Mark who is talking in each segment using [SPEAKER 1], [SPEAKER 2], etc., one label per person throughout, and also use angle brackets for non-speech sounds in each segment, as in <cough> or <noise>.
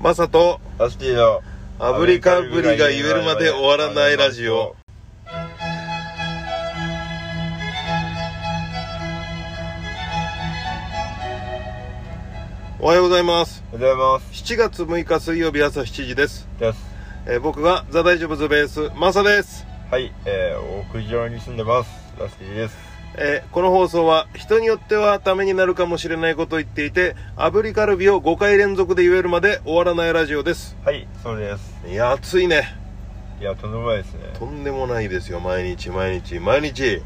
[SPEAKER 1] マサと
[SPEAKER 2] アスティの
[SPEAKER 1] 炙りかぶりが言えるまで終わらないラジオおはようございます
[SPEAKER 2] おはようございます
[SPEAKER 1] 7月6日水曜日朝7時です、
[SPEAKER 2] です
[SPEAKER 1] えー僕がザ・大丈夫ズベースマサです、
[SPEAKER 2] はい、えー、屋上に住んでますラスティです
[SPEAKER 1] えーこの放送は人によってはためになるかもしれないことを言っていて炙りカルビを5回連続で言えるまで終わらないラジオです
[SPEAKER 2] はいそうです
[SPEAKER 1] いや暑いね
[SPEAKER 2] いやとんでもないですね
[SPEAKER 1] とんでもないですよ毎日毎日毎日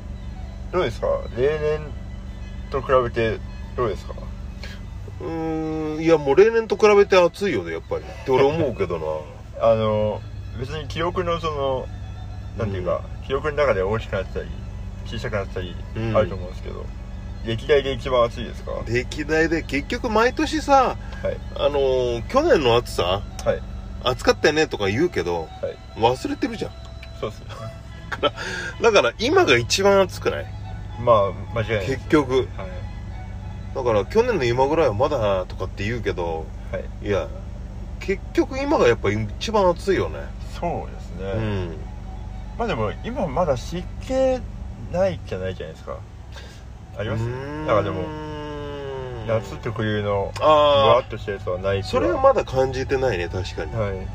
[SPEAKER 2] どうですか例年と比べてどうですか
[SPEAKER 1] うーんいやもう例年と比べて暑いよねやっぱりって俺思うけどな
[SPEAKER 2] あの別に記憶のそのなんていうか、記憶の中で大きくなったり小さくなったり
[SPEAKER 1] うん
[SPEAKER 2] あると思うんですけど、歴代で一番暑いですかはい
[SPEAKER 1] 歴代で結局毎年さあのー去年の暑さ
[SPEAKER 2] はい
[SPEAKER 1] 暑かったよねとか言うけど
[SPEAKER 2] はい
[SPEAKER 1] 忘れてるじゃん
[SPEAKER 2] そうですね <laughs>
[SPEAKER 1] だから今が一番暑くない
[SPEAKER 2] まあ間違いないです
[SPEAKER 1] 結局
[SPEAKER 2] はい
[SPEAKER 1] だから去年の今ぐらいはまだとかって言うけど
[SPEAKER 2] はい
[SPEAKER 1] いや結局今がやっぱ一番暑いよね
[SPEAKER 2] そうです
[SPEAKER 1] う
[SPEAKER 2] ね、
[SPEAKER 1] ん
[SPEAKER 2] まあでも今まだ湿気ないじゃないじゃないですかあります
[SPEAKER 1] うーん
[SPEAKER 2] だからでも夏特有のぶわ
[SPEAKER 1] あ
[SPEAKER 2] っとしたやつはない
[SPEAKER 1] あそれはまだ感じてないね確かに、
[SPEAKER 2] はい
[SPEAKER 1] うん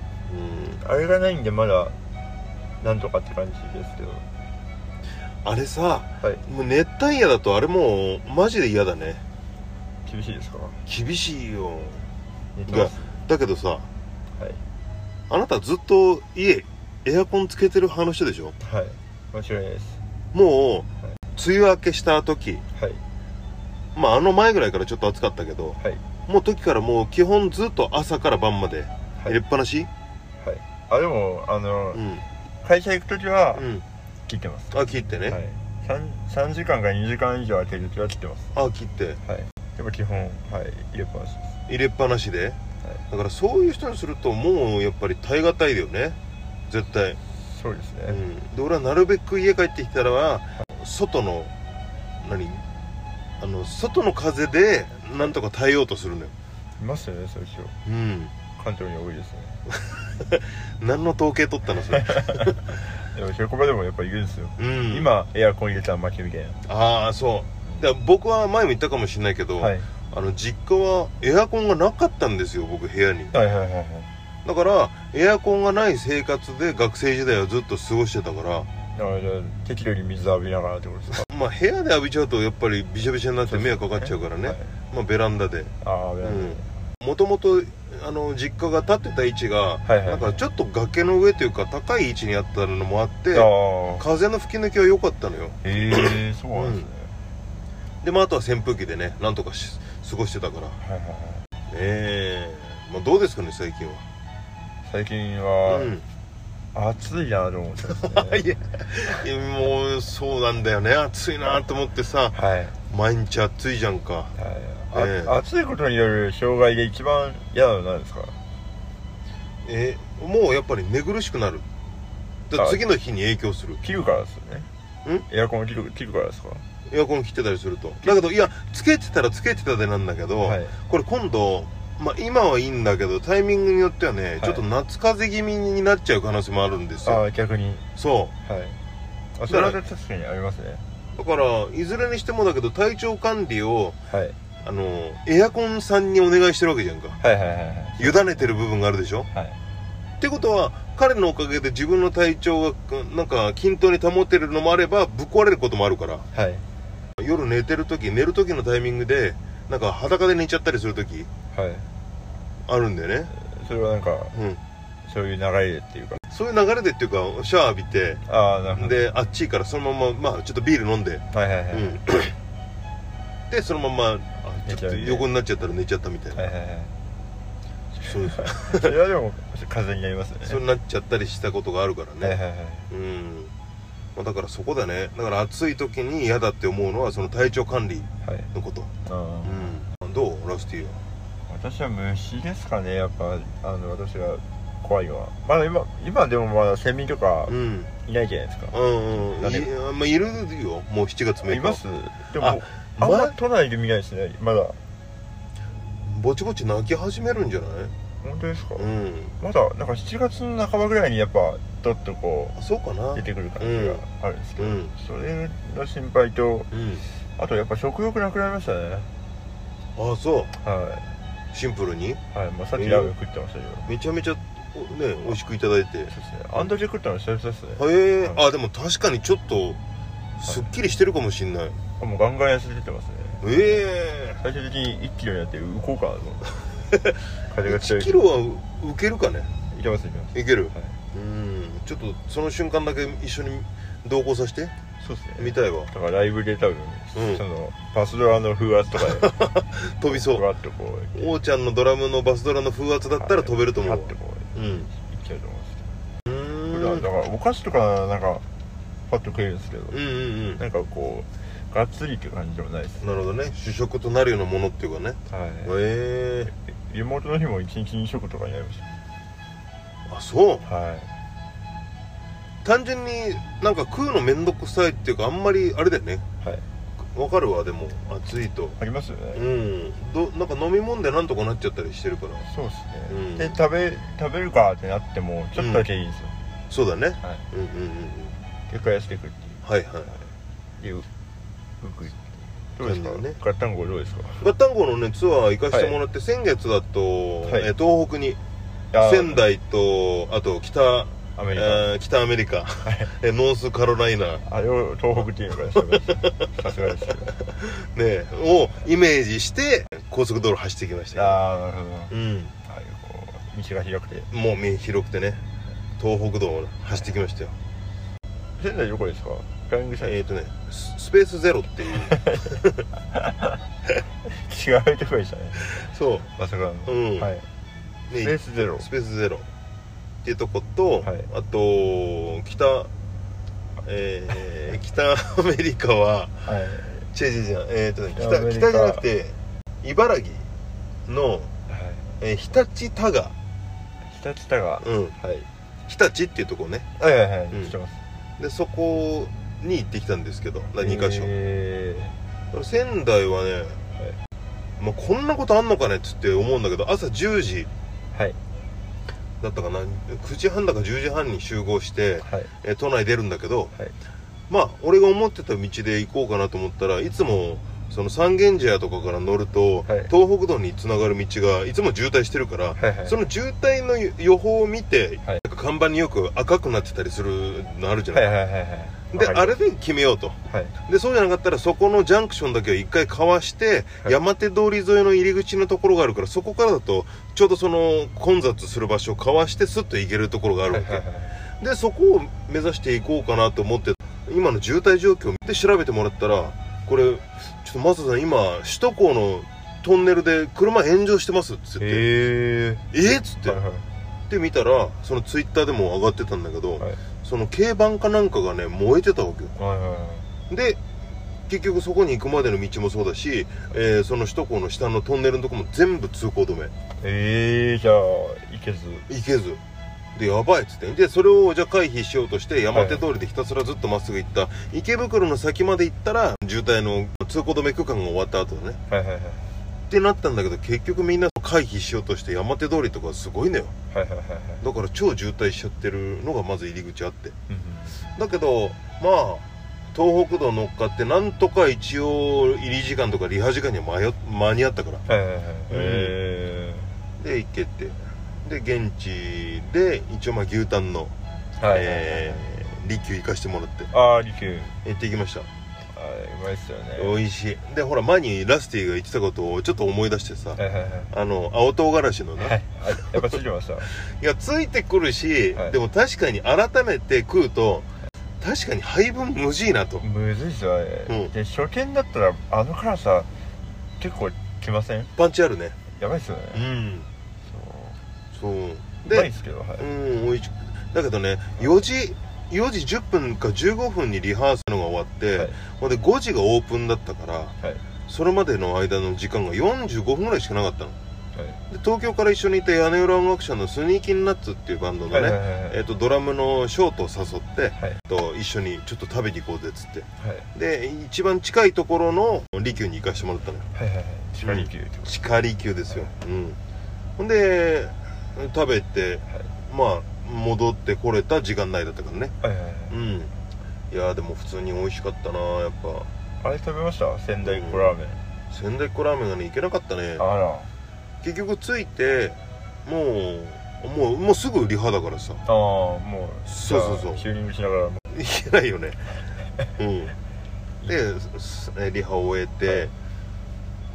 [SPEAKER 2] あれがないんでまだなんとかって感じですけど
[SPEAKER 1] あれさ
[SPEAKER 2] はい
[SPEAKER 1] もう熱帯夜だとあれもうマジで嫌だね
[SPEAKER 2] 厳しいですか
[SPEAKER 1] 厳しいよ
[SPEAKER 2] 寝てます
[SPEAKER 1] だけどさ
[SPEAKER 2] はい
[SPEAKER 1] あなたずっと家エアコンつけてる派の人でしょ
[SPEAKER 2] はい間違いないです
[SPEAKER 1] もう梅雨明けした時
[SPEAKER 2] はい
[SPEAKER 1] まああの前ぐらいからちょっと暑かったけど
[SPEAKER 2] はい
[SPEAKER 1] もう時からもう基本ずっと朝から晩まで
[SPEAKER 2] は
[SPEAKER 1] 入れ
[SPEAKER 2] い
[SPEAKER 1] っぱなし、
[SPEAKER 2] あでもあの、
[SPEAKER 1] うん
[SPEAKER 2] 会社行く時は
[SPEAKER 1] うん
[SPEAKER 2] 切ってます、
[SPEAKER 1] あ切ってね、
[SPEAKER 2] はい、3, 3時間から2時間以上空ける時は切ってます
[SPEAKER 1] あ切って
[SPEAKER 2] はいでも基本はい入れっぱなしです
[SPEAKER 1] 入れっぱなしで、だからそういう人にするともうやっぱり耐え難いだよね絶対
[SPEAKER 2] そうですね、
[SPEAKER 1] うん、で俺はなるべく家帰ってきたらは外の何あの外の風でなんとか耐えようとするのよ、
[SPEAKER 2] いますよねそういう人
[SPEAKER 1] うん、
[SPEAKER 2] 関東に多いですね
[SPEAKER 1] 何の統計取ったのそ
[SPEAKER 2] <laughs>
[SPEAKER 1] れ、
[SPEAKER 2] でも職場でもやっぱいるんですよ、
[SPEAKER 1] うん、
[SPEAKER 2] 今エアコン入れたら負けみたいな
[SPEAKER 1] ああそうだから僕は前も言ったかもしれないけど、
[SPEAKER 2] はい、
[SPEAKER 1] あの実家はエアコンがなかったんですよ僕部屋に
[SPEAKER 2] はいはいはいはい
[SPEAKER 1] だからエアコンがない生活で学生時代はずっと過ごしてたから
[SPEAKER 2] だからじゃあ適度に水浴びながらってことですか
[SPEAKER 1] まあ部屋で浴びちゃうとやっぱりびしゃびしゃになって迷惑かかっちゃうからね、
[SPEAKER 2] はい
[SPEAKER 1] まあベランダで
[SPEAKER 2] ああなるほど
[SPEAKER 1] うんもともとあの実家が建てた位置が、
[SPEAKER 2] はいはい
[SPEAKER 1] なんかちょっと崖の上というか高い位置にあったのもあって
[SPEAKER 2] ああ
[SPEAKER 1] 風の吹き抜けは良かったのよ
[SPEAKER 2] へえそうなんですね、
[SPEAKER 1] でまああとは扇風機でねなんとかし過ごしてたから
[SPEAKER 2] はいはいはい
[SPEAKER 1] ええまあどうですかね最近は
[SPEAKER 2] 最近
[SPEAKER 1] う
[SPEAKER 2] は
[SPEAKER 1] ん
[SPEAKER 2] 暑いなと思ってます
[SPEAKER 1] <laughs>
[SPEAKER 2] ね
[SPEAKER 1] いやいやもうそうなんだよね暑いなと思ってさ
[SPEAKER 2] はい、はい
[SPEAKER 1] 毎日暑いじゃんか
[SPEAKER 2] あ
[SPEAKER 1] ええ
[SPEAKER 2] 暑いことによる障害で一番嫌なのは何ですか
[SPEAKER 1] えーもうやっぱり寝苦しくなるだから
[SPEAKER 2] あ
[SPEAKER 1] 次の日に影響する
[SPEAKER 2] 切るからですよねエアコンを切る切るからですか
[SPEAKER 1] エアコン切ってたりするとだけどいやつけてたらつけてたでなんだけど、
[SPEAKER 2] はい
[SPEAKER 1] これ今度、まあ、今はいいんだけどタイミングによってはね、
[SPEAKER 2] い
[SPEAKER 1] ちょっと夏風邪気味になっちゃう可能性もあるんです
[SPEAKER 2] あ
[SPEAKER 1] よ
[SPEAKER 2] あ逆に
[SPEAKER 1] そ
[SPEAKER 2] はいあそれは確かにありますね
[SPEAKER 1] うだからいずれにしてもだけど体調管理を
[SPEAKER 2] はい
[SPEAKER 1] あのエアコンさんにお願いしてるわけじゃんか
[SPEAKER 2] はいはいはいはい
[SPEAKER 1] 委ねてる部分があるでしょ
[SPEAKER 2] はい
[SPEAKER 1] ってことは彼のおかげで自分の体調がなんか均等に保てるのもあればぶっ壊れることもあるから
[SPEAKER 2] はい
[SPEAKER 1] 夜寝てる時寝る時のタイミングでなんか裸で寝ちゃったりする時
[SPEAKER 2] はい
[SPEAKER 1] あるんだよね
[SPEAKER 2] それはなんか
[SPEAKER 1] うん
[SPEAKER 2] そういう流れっていうか
[SPEAKER 1] そういう流れでっていうかシャワー浴びて
[SPEAKER 2] ああなるほど
[SPEAKER 1] であっちいからそのまままあちょっとビール飲んで、
[SPEAKER 2] はいはいは
[SPEAKER 1] う
[SPEAKER 2] い、はい
[SPEAKER 1] ん <coughs> でそのままあ
[SPEAKER 2] 寝
[SPEAKER 1] ち
[SPEAKER 2] ち
[SPEAKER 1] ょっ
[SPEAKER 2] ゃう
[SPEAKER 1] と
[SPEAKER 2] ね
[SPEAKER 1] 横になっちゃったら寝ちゃったみたいな、
[SPEAKER 2] はいは
[SPEAKER 1] そうそう
[SPEAKER 2] <laughs> いそれはでも風邪になりますね
[SPEAKER 1] そうなっちゃったりしたことがあるからね、
[SPEAKER 2] はいはいはい
[SPEAKER 1] うん、まあ、だからそこだねだから暑い時に嫌だって思うのはその体調管理
[SPEAKER 2] はい
[SPEAKER 1] のこと、
[SPEAKER 2] うん
[SPEAKER 1] うん、どうラスティは
[SPEAKER 2] 私は虫ですかねやっぱあの私が怖いのはまだ今今でもまだセミとか
[SPEAKER 1] うん
[SPEAKER 2] いないじゃないですか、
[SPEAKER 1] うんうんい
[SPEAKER 2] 何
[SPEAKER 1] やまあいるよもう7月6日
[SPEAKER 2] いますでも
[SPEAKER 1] あ
[SPEAKER 2] あんま
[SPEAKER 1] ま
[SPEAKER 2] 都内で見ないですねまだ
[SPEAKER 1] ぼちぼち泣き始めるんじゃない
[SPEAKER 2] 本当ですか、
[SPEAKER 1] うん
[SPEAKER 2] まだなんか7月の半ばぐらいにやっぱドッとこ
[SPEAKER 1] あそうかな
[SPEAKER 2] う出てくる感じがあるんですけ
[SPEAKER 1] う
[SPEAKER 2] ど、
[SPEAKER 1] ん
[SPEAKER 2] それの心配と
[SPEAKER 1] うん
[SPEAKER 2] あとやっぱ食欲なくなりましたね
[SPEAKER 1] ああそ
[SPEAKER 2] は
[SPEAKER 1] うシンプルに
[SPEAKER 2] い、はいまあ、さっきラーメン食ってましたけど、
[SPEAKER 1] めちゃめちゃね美味しくいただいてへ
[SPEAKER 2] そうですねあんだけ食ったの久々ですね、
[SPEAKER 1] えあでも確かにちょっとすっきりしてるかもしんない
[SPEAKER 2] もうガンガン痩せてってますね
[SPEAKER 1] え
[SPEAKER 2] 最終的に1キロになって浮こうかなと思って
[SPEAKER 1] え <laughs>
[SPEAKER 2] 風が強
[SPEAKER 1] 1
[SPEAKER 2] い
[SPEAKER 1] キロは受けるかね
[SPEAKER 2] いけますいけます
[SPEAKER 1] いける、
[SPEAKER 2] はい
[SPEAKER 1] うんちょっとその瞬間だけ一緒に同行させて
[SPEAKER 2] そうですね
[SPEAKER 1] みたいわ
[SPEAKER 2] だからライブで多分、
[SPEAKER 1] うん
[SPEAKER 2] そのバスドラの風圧とかで
[SPEAKER 1] 飛び <laughs> そう
[SPEAKER 2] ふわっとこう
[SPEAKER 1] 王ちゃんのドラムのバスドラの風圧だったら飛べると思う
[SPEAKER 2] パッとこう
[SPEAKER 1] わうん
[SPEAKER 2] いっちゃうと思うん
[SPEAKER 1] うー
[SPEAKER 2] ですけど、普段
[SPEAKER 1] ん
[SPEAKER 2] だからお菓子とかなんかパッと食えるんですけど、
[SPEAKER 1] うんうんうん
[SPEAKER 2] なんかこうがっつりっていう感じでもないですね
[SPEAKER 1] なるほどね主食となるようなものっていうかね
[SPEAKER 2] は
[SPEAKER 1] へえ
[SPEAKER 2] い妹の日も一日2食とかになりまし
[SPEAKER 1] あそう
[SPEAKER 2] たはい
[SPEAKER 1] 単純になんか食うのめんどくさいっていうかあんまりあれだよね
[SPEAKER 2] はい
[SPEAKER 1] わかるわでも暑いと
[SPEAKER 2] ありますよね、
[SPEAKER 1] うんどなんか飲み物でなんとかなっちゃったりしてるから
[SPEAKER 2] そうですね、
[SPEAKER 1] うん
[SPEAKER 2] で食べ食べるかってなってもちょっとだけいいんですよ、
[SPEAKER 1] そうだね
[SPEAKER 2] はい
[SPEAKER 1] うんうんうんうん
[SPEAKER 2] 結果痩せていくってい
[SPEAKER 1] はいはいう
[SPEAKER 2] いう僕どうですか、
[SPEAKER 1] そうだね
[SPEAKER 2] ガッタンゴどうですか
[SPEAKER 1] ガッタンゴのねツアー行かしてもらって、先月だと、
[SPEAKER 2] はい
[SPEAKER 1] えー東北に
[SPEAKER 2] あー
[SPEAKER 1] 仙台とあと北
[SPEAKER 2] アメリカ、
[SPEAKER 1] えー北アメリカ、 <laughs> えーノースカロライナ
[SPEAKER 2] あれを東北っていうから喋るさすがですけ
[SPEAKER 1] ねをイメージして高速道路走ってきまし
[SPEAKER 2] ど
[SPEAKER 1] た
[SPEAKER 2] ああなるほど
[SPEAKER 1] けどうん
[SPEAKER 2] ああいうこう道が広くて
[SPEAKER 1] もう目広くてね東北道を走ってきましたよ
[SPEAKER 2] 仙台どこですかフライングサイ
[SPEAKER 1] えっ、ー、とねススペースゼロって
[SPEAKER 2] <laughs>
[SPEAKER 1] いう
[SPEAKER 2] 違うとこでしたね
[SPEAKER 1] そ
[SPEAKER 2] まさかの、
[SPEAKER 1] ううん、
[SPEAKER 2] はい
[SPEAKER 1] ね
[SPEAKER 2] スペースゼロ
[SPEAKER 1] スペースゼロっていうとこと、
[SPEAKER 2] はい
[SPEAKER 1] あと北
[SPEAKER 2] <laughs>
[SPEAKER 1] えー北アメリカは
[SPEAKER 2] はい
[SPEAKER 1] 違う違う違うえー、とね
[SPEAKER 2] 北アメ
[SPEAKER 1] 北
[SPEAKER 2] リカ
[SPEAKER 1] 北じゃなくて茨城の、えー、日立多賀
[SPEAKER 2] 日立田が、
[SPEAKER 1] うん
[SPEAKER 2] はい
[SPEAKER 1] 日立っていうとこね
[SPEAKER 2] はいはいはい、
[SPEAKER 1] うん
[SPEAKER 2] 知ってます
[SPEAKER 1] でそこに行ってきたんですけど2か所、
[SPEAKER 2] え
[SPEAKER 1] 仙台はね、まあ、こんなことあんのかねっつって思うんだけど朝10時
[SPEAKER 2] ーはい
[SPEAKER 1] だったかな9時半だか10時半に集合して、
[SPEAKER 2] はい
[SPEAKER 1] えー都内出るんだけど、
[SPEAKER 2] はい
[SPEAKER 1] まあ俺が思ってた道で行こうかなと思ったらいつもその三軒茶屋とかから乗ると、
[SPEAKER 2] はい
[SPEAKER 1] 東北道につながる道がいつも渋滞してるから、
[SPEAKER 2] はいはい
[SPEAKER 1] その渋滞の予報を見て、
[SPEAKER 2] はい
[SPEAKER 1] なんか看板によく赤くなってたりするのあるじゃな
[SPEAKER 2] はい
[SPEAKER 1] い、
[SPEAKER 2] はいはいは
[SPEAKER 1] で
[SPEAKER 2] いわ
[SPEAKER 1] あ
[SPEAKER 2] かり
[SPEAKER 1] れで決めようと
[SPEAKER 2] ますはい
[SPEAKER 1] でそうじゃなかったらそこのジャンクションだけを一回かわして、
[SPEAKER 2] はい
[SPEAKER 1] 山手通り沿いの入り口のところがあるからそこからだとちょうどその混雑する場所をかわしてスッと行けるところがあるわけ、
[SPEAKER 2] はいはいはい
[SPEAKER 1] でそこを目指していこうかなと思って今の渋滞状況を見て調べてもらったらこれちょっとマサさん今首都高のトンネルで車炎上してますっつって「
[SPEAKER 2] え
[SPEAKER 1] えーっ?」つって、
[SPEAKER 2] ー、はいはい
[SPEAKER 1] で見たらそのツイッターでも上がってたんだけど、
[SPEAKER 2] はい
[SPEAKER 1] その軽バンかなんかがね燃えてたわけよ
[SPEAKER 2] はいはいはい
[SPEAKER 1] で結局そこに行くまでの道もそうだし、えーその首都高の下のトンネルのとこも全部通行止め
[SPEAKER 2] えー、じゃあいけず
[SPEAKER 1] 行けずでやばいっつってでそれをじゃあ回避しようとして山手通りでひたすらずっとまっすぐ行った、池袋の先まで行ったら渋滞の通行止め区間が終わった後だね
[SPEAKER 2] はいはいはい
[SPEAKER 1] ってなったんだけど結局みんな回避しようとして山手通りとかすごいのよ
[SPEAKER 2] はいはいはいはい
[SPEAKER 1] だから超渋滞しちゃってるのがまず入り口あって
[SPEAKER 2] うん
[SPEAKER 1] だけどまあ東北道乗っかってなんとか一応入り時間とかリハ時間には迷間に合ったから
[SPEAKER 2] うんはいはいはいえ
[SPEAKER 1] で行けてで現地で一応まあ牛タンの、
[SPEAKER 2] ー、はいはいはい、
[SPEAKER 1] えー、利休行かしてもらって
[SPEAKER 2] あーリキュー
[SPEAKER 1] 行ってきました
[SPEAKER 2] あーうまいっすよね
[SPEAKER 1] 美味しいでほら前にラスティが言ってたことをちょっと思い出してさ
[SPEAKER 2] はいはいはい
[SPEAKER 1] あの青唐辛子の
[SPEAKER 2] は
[SPEAKER 1] ね
[SPEAKER 2] いあやっぱついてました
[SPEAKER 1] いやついてくるし、
[SPEAKER 2] はい
[SPEAKER 1] でも確かに改めて食うと確かに配分無事いなと
[SPEAKER 2] むずいっすよあれ、
[SPEAKER 1] うん
[SPEAKER 2] で初見だったらあの辛さ結構きません
[SPEAKER 1] パンチあるね
[SPEAKER 2] やばいっすよね、
[SPEAKER 1] うんそ
[SPEAKER 2] そう
[SPEAKER 1] う
[SPEAKER 2] うまい
[SPEAKER 1] で
[SPEAKER 2] っすけどはい、
[SPEAKER 1] うん美味しくだけどね4時4時10分か15分にリハーサルが終わって、
[SPEAKER 2] はい
[SPEAKER 1] ほんで5時がオープンだったから、それまでの間の時間が45分ぐらいしかなかったので東京から一緒にいた屋根裏音楽者のスニーキンナッツっていうバンドのね、
[SPEAKER 2] はいはいはいはいはい
[SPEAKER 1] えっとドラムのショートを誘って、
[SPEAKER 2] はい
[SPEAKER 1] と一緒にちょっと食べに行こうぜっつって
[SPEAKER 2] はい
[SPEAKER 1] で一番近いところの利休に行かしてもらったのよ
[SPEAKER 2] はいはいはい地下リキューってこと
[SPEAKER 1] 地下利休ですよ、うん、ほんで食べて、まあ戻ってこれた時間内だったからね
[SPEAKER 2] はいはいはい
[SPEAKER 1] うんいやーでも普通に美味しかったなやっぱ
[SPEAKER 2] あれ食べました仙台っ子ラーメン、
[SPEAKER 1] 仙台っ子ラーメンがねいけなかったね
[SPEAKER 2] あら
[SPEAKER 1] 結局着いてもうもうもうすぐリハだからさ
[SPEAKER 2] ああもう
[SPEAKER 1] そうそうそう
[SPEAKER 2] じゃあヒーリングしながらも
[SPEAKER 1] いけないよねうんで s- えリハを終えて、
[SPEAKER 2] はい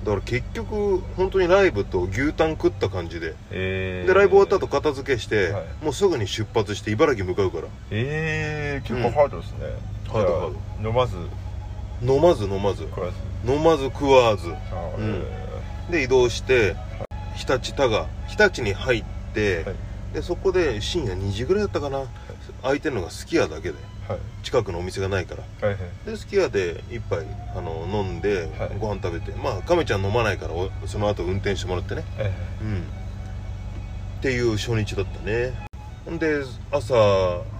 [SPEAKER 1] だから結局本当にライブと牛タン食った感じで、
[SPEAKER 2] えー、
[SPEAKER 1] でライブ終わった後片付けして、
[SPEAKER 2] はい
[SPEAKER 1] もうすぐに出発して茨城向かうから
[SPEAKER 2] ええー、結構ハードですね、
[SPEAKER 1] ハードハー
[SPEAKER 2] ド飲まず
[SPEAKER 1] ド飲まず飲まず
[SPEAKER 2] 食わず
[SPEAKER 1] 飲まず食わず
[SPEAKER 2] あー、
[SPEAKER 1] うん
[SPEAKER 2] え
[SPEAKER 1] で移動して日立田が日立に入って、
[SPEAKER 2] はい
[SPEAKER 1] でそこで深夜2時ぐらいだったかな、空いてるのがすき家だけで
[SPEAKER 2] ーはい
[SPEAKER 1] 近くのお店がないから
[SPEAKER 2] はいはい
[SPEAKER 1] で好き家で一杯あの飲んで、
[SPEAKER 2] はい
[SPEAKER 1] ご飯食べてまあ亀ちゃん飲まないからおその後運転してもらってね
[SPEAKER 2] え
[SPEAKER 1] うんっていう初日だったねほんで朝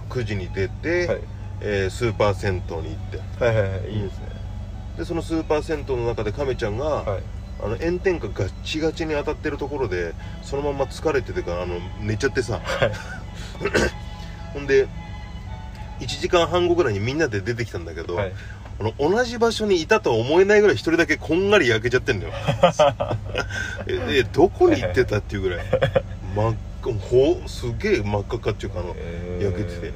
[SPEAKER 1] 9時に出て、
[SPEAKER 2] ーはい
[SPEAKER 1] えースーパー銭湯に行って
[SPEAKER 2] はいはいはいいいですね
[SPEAKER 1] でそのスーパー銭湯の中で亀ちゃんが、
[SPEAKER 2] はい
[SPEAKER 1] あの炎天下ガッチガチに当たってるところでそのまま疲れててかあの寝ちゃってさ <laughs> ほんで1時間半後ぐらいにみんなで出てきたんだけど、
[SPEAKER 2] はい
[SPEAKER 1] あの同じ場所にいたとは思えないぐらい一人だけこんがり焼けちゃってんの
[SPEAKER 2] <laughs>
[SPEAKER 1] よえでどこに行ってたっていうぐらい真っ赤ほすげえ真っ赤っかっていうかあの
[SPEAKER 2] え
[SPEAKER 1] 焼けてて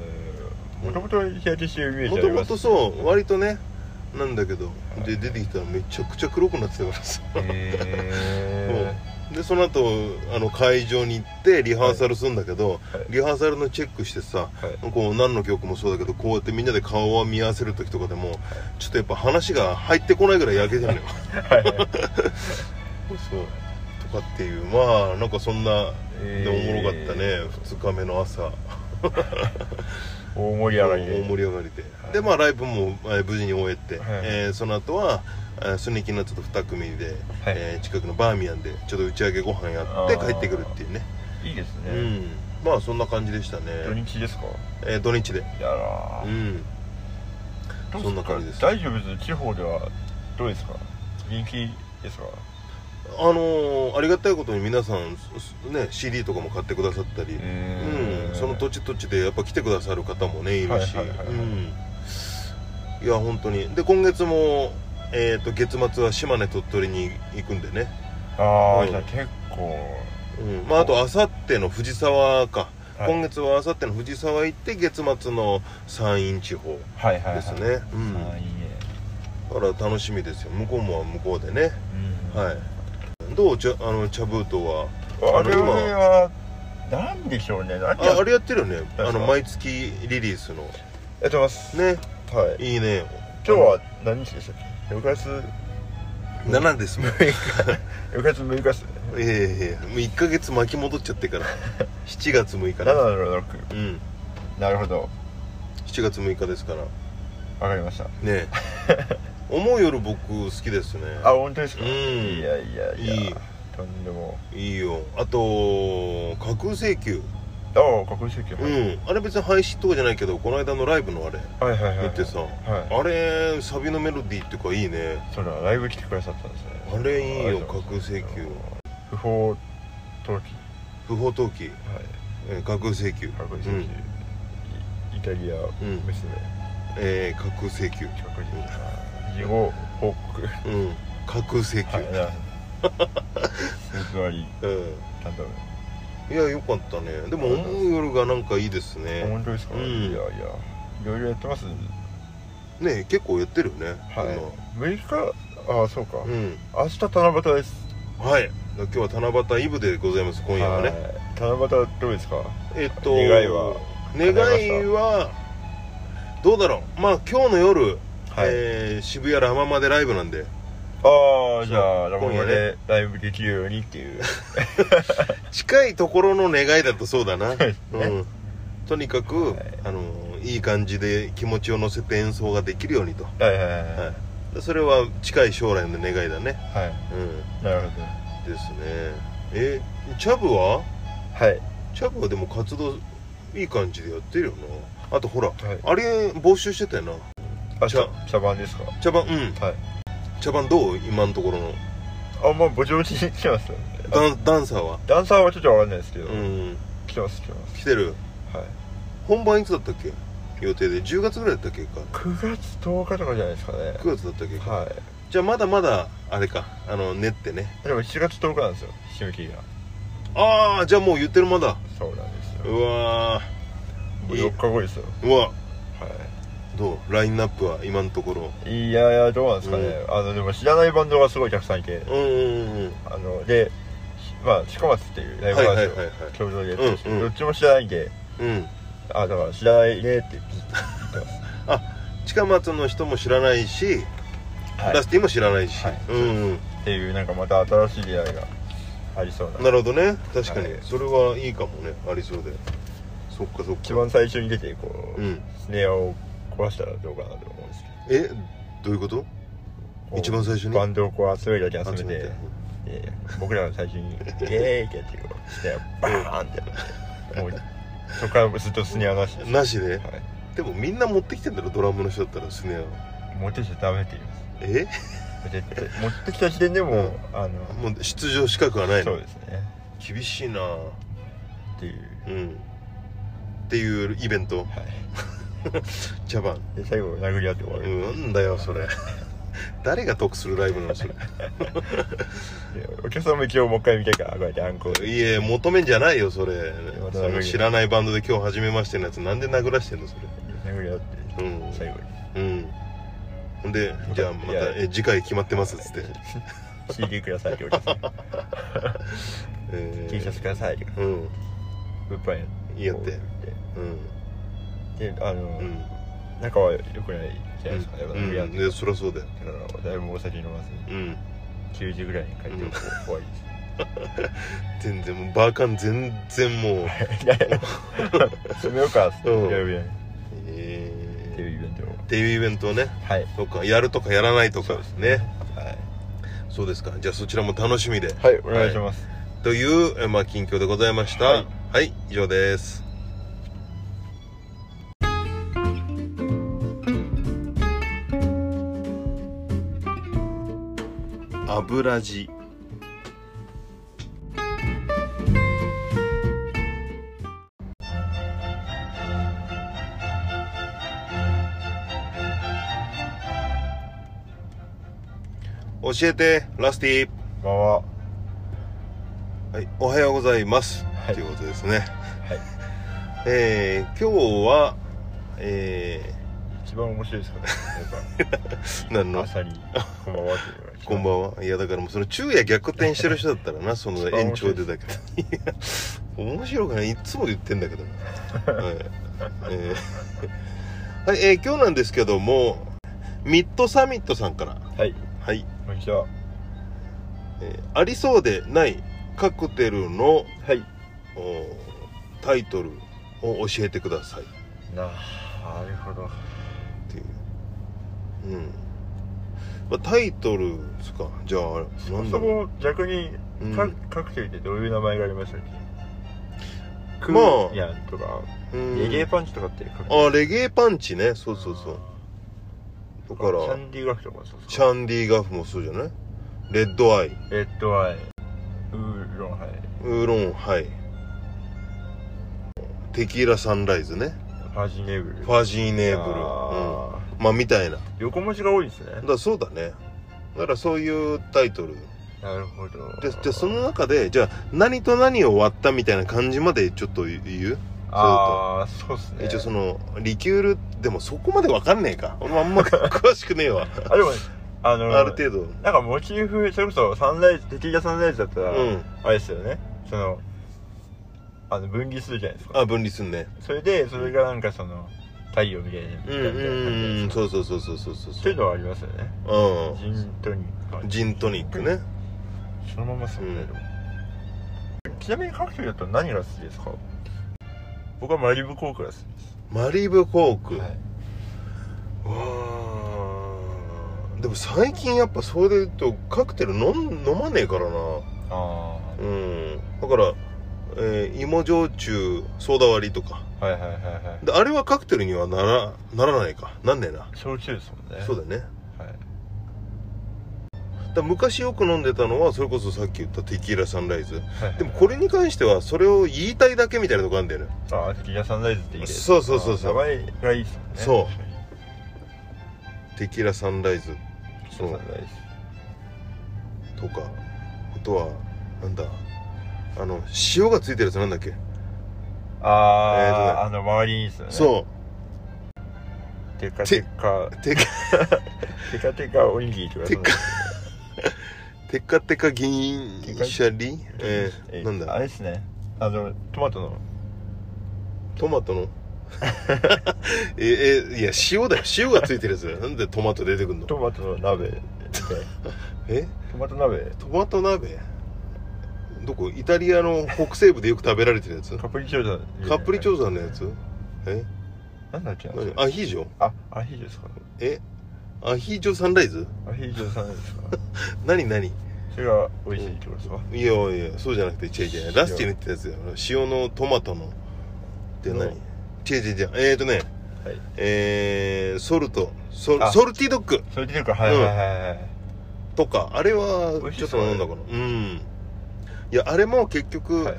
[SPEAKER 2] もともと日焼けしてるイメー
[SPEAKER 1] も
[SPEAKER 2] ジあ
[SPEAKER 1] と
[SPEAKER 2] り
[SPEAKER 1] も
[SPEAKER 2] ま
[SPEAKER 1] と
[SPEAKER 2] す
[SPEAKER 1] そう割とねなんだけどで出てきたらめちゃくちゃ黒くなってたからさ
[SPEAKER 2] え
[SPEAKER 1] で <laughs> その後あの会場に行ってリハーサルするんだけど、
[SPEAKER 2] はい
[SPEAKER 1] リハーサルのチェックしてさ、
[SPEAKER 2] は
[SPEAKER 1] こう何の曲もそうだけどこうやってみんなで顔を見合わせる時とかでもちょっとやっぱ話が入ってこないぐらい焼けてるのよ
[SPEAKER 2] ー、はいはい
[SPEAKER 1] そうとかっていうまあなんかそんなでおもろかったね、
[SPEAKER 2] え
[SPEAKER 1] 2日目の朝
[SPEAKER 2] ー大盛り上がりで
[SPEAKER 1] 大盛り上がりで、
[SPEAKER 2] はい
[SPEAKER 1] でまあライブも、えー無事に終えて、
[SPEAKER 2] はい
[SPEAKER 1] えーその後はえースニキのちょっと2組で、
[SPEAKER 2] はい
[SPEAKER 1] えー近くのバーミヤンでちょっと打ち上げご飯やって
[SPEAKER 2] あー
[SPEAKER 1] 帰ってくるっていうね
[SPEAKER 2] いいですね、
[SPEAKER 1] うんまあそんな感じでしたね
[SPEAKER 2] 土日ですか
[SPEAKER 1] えー土日で
[SPEAKER 2] やら
[SPEAKER 1] う
[SPEAKER 2] ー
[SPEAKER 1] ん
[SPEAKER 2] どう
[SPEAKER 1] そんな感じです
[SPEAKER 2] 大丈夫です地方ではどうですか人気ですか
[SPEAKER 1] あのーありがたいことに皆さんすね CD とかも買ってくださったり、
[SPEAKER 2] え
[SPEAKER 1] う
[SPEAKER 2] ー
[SPEAKER 1] ん、その土地土地でやっぱ来てくださる方もねい
[SPEAKER 2] は
[SPEAKER 1] る
[SPEAKER 2] い
[SPEAKER 1] し
[SPEAKER 2] はいはいはい
[SPEAKER 1] うんいや本当にで今月もえっ、と月末は島根鳥取に行くんでね、
[SPEAKER 2] ああ、
[SPEAKER 1] うん
[SPEAKER 2] じゃあ結構
[SPEAKER 1] うんまあ、あとあさっての藤沢か、
[SPEAKER 2] はい
[SPEAKER 1] 今月はあさっての藤沢行って月末の山陰地方
[SPEAKER 2] はいはいはい
[SPEAKER 1] ですね、う
[SPEAKER 2] あ
[SPEAKER 1] ん、
[SPEAKER 2] ーいいね
[SPEAKER 1] だから楽しみですよ向こうも向こうでね
[SPEAKER 2] うん
[SPEAKER 1] はいどうちゃあのチャブートは
[SPEAKER 2] あれはなんでしょうね何
[SPEAKER 1] あ
[SPEAKER 2] や
[SPEAKER 1] あれやってるよね
[SPEAKER 2] か
[SPEAKER 1] あの毎月リリースの
[SPEAKER 2] やってます
[SPEAKER 1] ね
[SPEAKER 2] はい
[SPEAKER 1] いいね
[SPEAKER 2] 今日は何日でしたっけ6月
[SPEAKER 1] 7ですもん
[SPEAKER 2] 6月6日ですね
[SPEAKER 1] いやいやいやもう1ヶ月巻き戻っちゃってから
[SPEAKER 2] <laughs>
[SPEAKER 1] 7月6日ね
[SPEAKER 2] 776
[SPEAKER 1] うん
[SPEAKER 2] なるほど
[SPEAKER 1] 7月6日ですから
[SPEAKER 2] わかりました <laughs>
[SPEAKER 1] ね思う夜僕好きですね
[SPEAKER 2] あ本当ですか
[SPEAKER 1] うん
[SPEAKER 2] いやいやいや
[SPEAKER 1] いい
[SPEAKER 2] とんでも
[SPEAKER 1] いいよあと架空請求
[SPEAKER 2] ああ国籍
[SPEAKER 1] う
[SPEAKER 2] はい
[SPEAKER 1] んあれ別に配信とかじゃないけどこの間のライブのあれ
[SPEAKER 2] はいはいはい
[SPEAKER 1] 見てさ
[SPEAKER 2] はい
[SPEAKER 1] あれサビのメロディーっていうかいいね
[SPEAKER 2] それはライブ来てくださったんですね
[SPEAKER 1] あれいいよ
[SPEAKER 2] ありがとうござます
[SPEAKER 1] 架空請求
[SPEAKER 2] 不法投棄
[SPEAKER 1] 不法投棄、えー架空請求
[SPEAKER 2] はい国籍
[SPEAKER 1] うん
[SPEAKER 2] イタリア
[SPEAKER 1] ん
[SPEAKER 2] 娘
[SPEAKER 1] えー架空請求
[SPEAKER 2] 国籍事後報告
[SPEAKER 1] うん架空請求、
[SPEAKER 2] はいなるほど偽り
[SPEAKER 1] う
[SPEAKER 2] 担当
[SPEAKER 1] んいやよかったねでも思う夜がなんかいいですね
[SPEAKER 2] 本当ですか、
[SPEAKER 1] うん
[SPEAKER 2] いやいやいろいろやってます
[SPEAKER 1] ね結構やってるよね
[SPEAKER 2] はい6日ああそうか、
[SPEAKER 1] 今うん
[SPEAKER 2] 明日七夕です
[SPEAKER 1] はい今日は七夕イブでございます今夜はね
[SPEAKER 2] はい七夕どうですか
[SPEAKER 1] えっと
[SPEAKER 2] 願いは
[SPEAKER 1] 願い
[SPEAKER 2] 叶い
[SPEAKER 1] はどうだろうまあ今日の夜、
[SPEAKER 2] はい
[SPEAKER 1] えー渋谷ラママでライブなんで
[SPEAKER 2] ああじゃあラ
[SPEAKER 1] 今
[SPEAKER 2] ボ
[SPEAKER 1] 夜ね
[SPEAKER 2] でライブできるようにっていう
[SPEAKER 1] 近いところの願いだとそう
[SPEAKER 2] <laughs>
[SPEAKER 1] だな、
[SPEAKER 2] いね
[SPEAKER 1] うん、とにかく、
[SPEAKER 2] はい
[SPEAKER 1] い、あのいい感じで気持ちを乗せて演奏ができるようにと、
[SPEAKER 2] はいはいはいは
[SPEAKER 1] はい、それは近い将来の願いだね
[SPEAKER 2] い、は
[SPEAKER 1] うん
[SPEAKER 2] い、なるほど
[SPEAKER 1] ですねえチャブは
[SPEAKER 2] はい
[SPEAKER 1] チャブはでも活動いい感じでやってるよなあとほら、
[SPEAKER 2] い
[SPEAKER 1] あれ募集してたよな
[SPEAKER 2] あ
[SPEAKER 1] 茶
[SPEAKER 2] 茶番ですか
[SPEAKER 1] 茶番うん
[SPEAKER 2] はい
[SPEAKER 1] 茶番どう今のところの
[SPEAKER 2] あまあぼちぼちに来てますよね
[SPEAKER 1] ダンダンサーは
[SPEAKER 2] ダンサーはちょっとわかんないですけど、
[SPEAKER 1] うん
[SPEAKER 2] 来てます来てます
[SPEAKER 1] 来てる
[SPEAKER 2] はい
[SPEAKER 1] 本番いつだったっけ予定で10月ぐらいだったっけか
[SPEAKER 2] 9月10日とかじゃないですかね
[SPEAKER 1] 9月だったっけか
[SPEAKER 2] は
[SPEAKER 1] じゃあまだまだあれかあの練ってね
[SPEAKER 2] いでも7月10日なんですよ締め切りが
[SPEAKER 1] ああじゃあもう言ってる間だ
[SPEAKER 2] そうなんです
[SPEAKER 1] う
[SPEAKER 2] よ
[SPEAKER 1] わ
[SPEAKER 2] もう4日後ですよ
[SPEAKER 1] ーうわ
[SPEAKER 2] は
[SPEAKER 1] どうラインナップは今のところ
[SPEAKER 2] いいやいやどうなんですかね、
[SPEAKER 1] う
[SPEAKER 2] あのでも知らないバンドがすごいたくさんいて、
[SPEAKER 1] うんうんうん
[SPEAKER 2] あのでまあ近松っていうライブハウ
[SPEAKER 1] はい
[SPEAKER 2] ス
[SPEAKER 1] はいはいはい
[SPEAKER 2] を共同でやってるんですけど、
[SPEAKER 1] うんうん
[SPEAKER 2] どっちも知らないんで
[SPEAKER 1] うん
[SPEAKER 2] あだから知らないねって言って
[SPEAKER 1] 近松の人も知らないし、
[SPEAKER 2] はい
[SPEAKER 1] ダスティも知らないし、
[SPEAKER 2] はい
[SPEAKER 1] うんうん
[SPEAKER 2] っていうなんかまた新しい出会いがありそうな
[SPEAKER 1] なるほどね確かに、
[SPEAKER 2] はい
[SPEAKER 1] それはいいかもねありそうでそっかそっか
[SPEAKER 2] 一番最初に出てこう、
[SPEAKER 1] うん
[SPEAKER 2] スネアを壊したらどうかなと思うんです
[SPEAKER 1] えどういうこと
[SPEAKER 2] けど
[SPEAKER 1] 一番最初に
[SPEAKER 2] バンドをこう集めるだけ集
[SPEAKER 1] 集
[SPEAKER 2] め
[SPEAKER 1] め
[SPEAKER 2] て
[SPEAKER 1] て
[SPEAKER 2] で僕らの最初に「イエーイ!」ってやってこうスネアバーンってもうそこからずっとスネアなしです、は
[SPEAKER 1] なしででもみんな持ってきてんだろドラムの人だったらスネアを
[SPEAKER 2] い、持ってきちゃダメって言います
[SPEAKER 1] え
[SPEAKER 2] 絶対持ってきた時点でもう、あの
[SPEAKER 1] もう出場資格はない
[SPEAKER 2] そう
[SPEAKER 1] の
[SPEAKER 2] ですね
[SPEAKER 1] 厳しいな
[SPEAKER 2] っていう
[SPEAKER 1] うんっていうイベント
[SPEAKER 2] はい
[SPEAKER 1] 茶番
[SPEAKER 2] で最後殴り合って終わ
[SPEAKER 1] う
[SPEAKER 2] る、
[SPEAKER 1] んだよそれ <laughs> 誰が得するライブなのそれ
[SPEAKER 2] でお客さんも今日もう一回見たいからこうやってアンコール
[SPEAKER 1] いえ求めんじゃないよそれ
[SPEAKER 2] また
[SPEAKER 1] その知らないバンドで今日初めましてのやつなんで殴らしてんのそ
[SPEAKER 2] 殴り合
[SPEAKER 1] れ
[SPEAKER 2] っ
[SPEAKER 1] う
[SPEAKER 2] て最
[SPEAKER 1] ん
[SPEAKER 2] 後に
[SPEAKER 1] うんほんでじゃあま
[SPEAKER 2] いや
[SPEAKER 1] たえ次回決まってますっつって、
[SPEAKER 2] CD くださいってお客さん
[SPEAKER 1] え
[SPEAKER 2] T シャツくださいって
[SPEAKER 1] うん
[SPEAKER 2] 物販
[SPEAKER 1] や
[SPEAKER 2] や
[SPEAKER 1] ってうん
[SPEAKER 2] であの、
[SPEAKER 1] うん
[SPEAKER 2] 仲は良くないじゃないですか、やっぱ
[SPEAKER 1] う
[SPEAKER 2] 殴り合っ
[SPEAKER 1] ん
[SPEAKER 2] て
[SPEAKER 1] でそりゃそうだよ
[SPEAKER 2] だからだいぶお酒飲まずに
[SPEAKER 1] うん
[SPEAKER 2] 9時ぐらいに帰って
[SPEAKER 1] うん
[SPEAKER 2] 怖いで
[SPEAKER 1] 全然もうバーカン全然もう
[SPEAKER 2] すいやいや
[SPEAKER 1] <laughs>
[SPEAKER 2] 詰めようかっつって
[SPEAKER 1] うん
[SPEAKER 2] いやいや
[SPEAKER 1] え
[SPEAKER 2] って
[SPEAKER 1] ー
[SPEAKER 2] いうイベントを
[SPEAKER 1] っていうイベントをね
[SPEAKER 2] はい
[SPEAKER 1] そうかやるとかやらないと
[SPEAKER 2] そう
[SPEAKER 1] か
[SPEAKER 2] です
[SPEAKER 1] ね
[SPEAKER 2] はい、
[SPEAKER 1] そうですかじゃあそちらも楽しみで
[SPEAKER 2] はい、お願いします、
[SPEAKER 1] という、えまあ、近況でございました。
[SPEAKER 2] は
[SPEAKER 1] はいい、以上です。油地教えてラスティ
[SPEAKER 2] こんばんは
[SPEAKER 1] はい、おはようございます、
[SPEAKER 2] はい
[SPEAKER 1] ということですね、
[SPEAKER 2] はい
[SPEAKER 1] えー、今日はえ
[SPEAKER 2] 一番面白いですからね
[SPEAKER 1] ー、何
[SPEAKER 2] やっぱ
[SPEAKER 1] の
[SPEAKER 2] 朝にこんばんはっていうのが一番
[SPEAKER 1] こんばんはいやだからもうその昼夜逆転してる人だったら
[SPEAKER 2] <laughs>
[SPEAKER 1] なその延長でだけどいや <laughs> 面白くないいつも言ってんだけどなはい、えーはいえー今日なんですけどもミッドサミットさんから
[SPEAKER 2] はい
[SPEAKER 1] はい、
[SPEAKER 2] こんにちは
[SPEAKER 1] えーありそうでないカクテルの
[SPEAKER 2] はい
[SPEAKER 1] おタイトルを教えてください
[SPEAKER 2] ななるほど
[SPEAKER 1] っていううん、まあ、タイトルですかじゃああれ
[SPEAKER 2] そ
[SPEAKER 1] な
[SPEAKER 2] も
[SPEAKER 1] ん
[SPEAKER 2] そ
[SPEAKER 1] だろう
[SPEAKER 2] も逆に
[SPEAKER 1] うん
[SPEAKER 2] カ,、カクテルってどういう名前がありましたっけク
[SPEAKER 1] まあ
[SPEAKER 2] ーヤンとか、
[SPEAKER 1] うん
[SPEAKER 2] レゲエパンチとかってカクテル
[SPEAKER 1] あレゲエパンチねそうそうそうだから
[SPEAKER 2] シャンディガフとかもそうそう
[SPEAKER 1] シャンディガフもそうじゃないレッドアイ
[SPEAKER 2] レッドアイウーロンハイ
[SPEAKER 1] ウーロンハイテキーラサンライズね
[SPEAKER 2] ファジネブル
[SPEAKER 1] ファジーネーブル
[SPEAKER 2] あー
[SPEAKER 1] うん、まあみたいなだか
[SPEAKER 2] 横文字が多いですね
[SPEAKER 1] らそうだねだからそういうタイトル
[SPEAKER 2] なるほど
[SPEAKER 1] ででその中でじゃあ何と何を割ったみたいな感じまでちょっと言う
[SPEAKER 2] ああそうですね
[SPEAKER 1] 一応そのリキュールでもそこまでわかんねえか俺もあ <laughs> んま詳しくねえわ
[SPEAKER 2] あでもあの
[SPEAKER 1] ある程度
[SPEAKER 2] なんかモチーフそれこそサンライズテキーラサンライズだったら、
[SPEAKER 1] うん
[SPEAKER 2] あれですよねそのあの分岐するじゃないですか
[SPEAKER 1] あ分離すんね
[SPEAKER 2] それでそれがなんかその太陽みたいなみた
[SPEAKER 1] うん
[SPEAKER 2] いな
[SPEAKER 1] う
[SPEAKER 2] 感じ
[SPEAKER 1] んうん
[SPEAKER 2] ですか
[SPEAKER 1] そうそうそうそうそうそう
[SPEAKER 2] って
[SPEAKER 1] そ
[SPEAKER 2] いうのはありますよね
[SPEAKER 1] う
[SPEAKER 2] ジントニック
[SPEAKER 1] んジントニックね
[SPEAKER 2] そのままそうんだけど、ちなみにカクテルだったら何が好きですか僕はマリブコークが好きです
[SPEAKER 1] マリブコーク、
[SPEAKER 2] はい
[SPEAKER 1] わーでも最近やっぱそれで言うとカクテル飲ん飲まねえからな
[SPEAKER 2] あ
[SPEAKER 1] うんだから、えー芋焼酎ソーダ割りとか
[SPEAKER 2] あはいはいはいは
[SPEAKER 1] であれはカクテルにはならならないかなんねえない
[SPEAKER 2] 焼酎ですもんね
[SPEAKER 1] そうだよね
[SPEAKER 2] は
[SPEAKER 1] だ
[SPEAKER 2] い
[SPEAKER 1] から昔よく飲んでたのはそれこそさっき言ったテキーラサンライズ
[SPEAKER 2] はい
[SPEAKER 1] でもこれに関してはそれを言いたいだけみたいなとこあるんだよね
[SPEAKER 2] ああテキーラサンライズっていいです
[SPEAKER 1] そうそうそうそう
[SPEAKER 2] あ名前がいいですもんね
[SPEAKER 1] そうテキーラサンライズ
[SPEAKER 2] そうサンライズ
[SPEAKER 1] とかあとはなんだあの塩がついてるやつなんだっけ、
[SPEAKER 2] ああ、あの周りにですよね
[SPEAKER 1] そう
[SPEAKER 2] テカテカ
[SPEAKER 1] うてか
[SPEAKER 2] テカテカおにぎりとか
[SPEAKER 1] テカテカテカ銀シャリえー、なん
[SPEAKER 2] あ
[SPEAKER 1] だ
[SPEAKER 2] れですねあのトマトの
[SPEAKER 1] トマトの <laughs> ええいや塩だよ塩がついてるやつだよなんでトマト出てくんの
[SPEAKER 2] トマトの鍋で
[SPEAKER 1] え
[SPEAKER 2] トマト鍋
[SPEAKER 1] トマト鍋どこイタリアの北西部でよく食べられてるやつ
[SPEAKER 2] カプリチョーザ
[SPEAKER 1] カップリチョーザのやつえ
[SPEAKER 2] なんだっけな
[SPEAKER 1] 何
[SPEAKER 2] それ
[SPEAKER 1] アヒージョ
[SPEAKER 2] あアヒージョですか
[SPEAKER 1] えアヒージョサンライズ
[SPEAKER 2] アヒージョさんですか
[SPEAKER 1] 何何
[SPEAKER 2] それが美味しいってことですか
[SPEAKER 1] いやいやそうじゃなくて違う違うラスチェネってやつだよ塩のトマトのって
[SPEAKER 2] の
[SPEAKER 1] 何違う違う違うえーとね
[SPEAKER 2] はい
[SPEAKER 1] えー、ソルトソ
[SPEAKER 2] あ
[SPEAKER 1] ソルティドッグ
[SPEAKER 2] それ出てくるはいはいはいはい
[SPEAKER 1] とかあれ
[SPEAKER 2] 美
[SPEAKER 1] は
[SPEAKER 2] 味し
[SPEAKER 1] ち
[SPEAKER 2] そ
[SPEAKER 1] ょ
[SPEAKER 2] う
[SPEAKER 1] っと飲んだかなうんいやあれも結局、
[SPEAKER 2] はい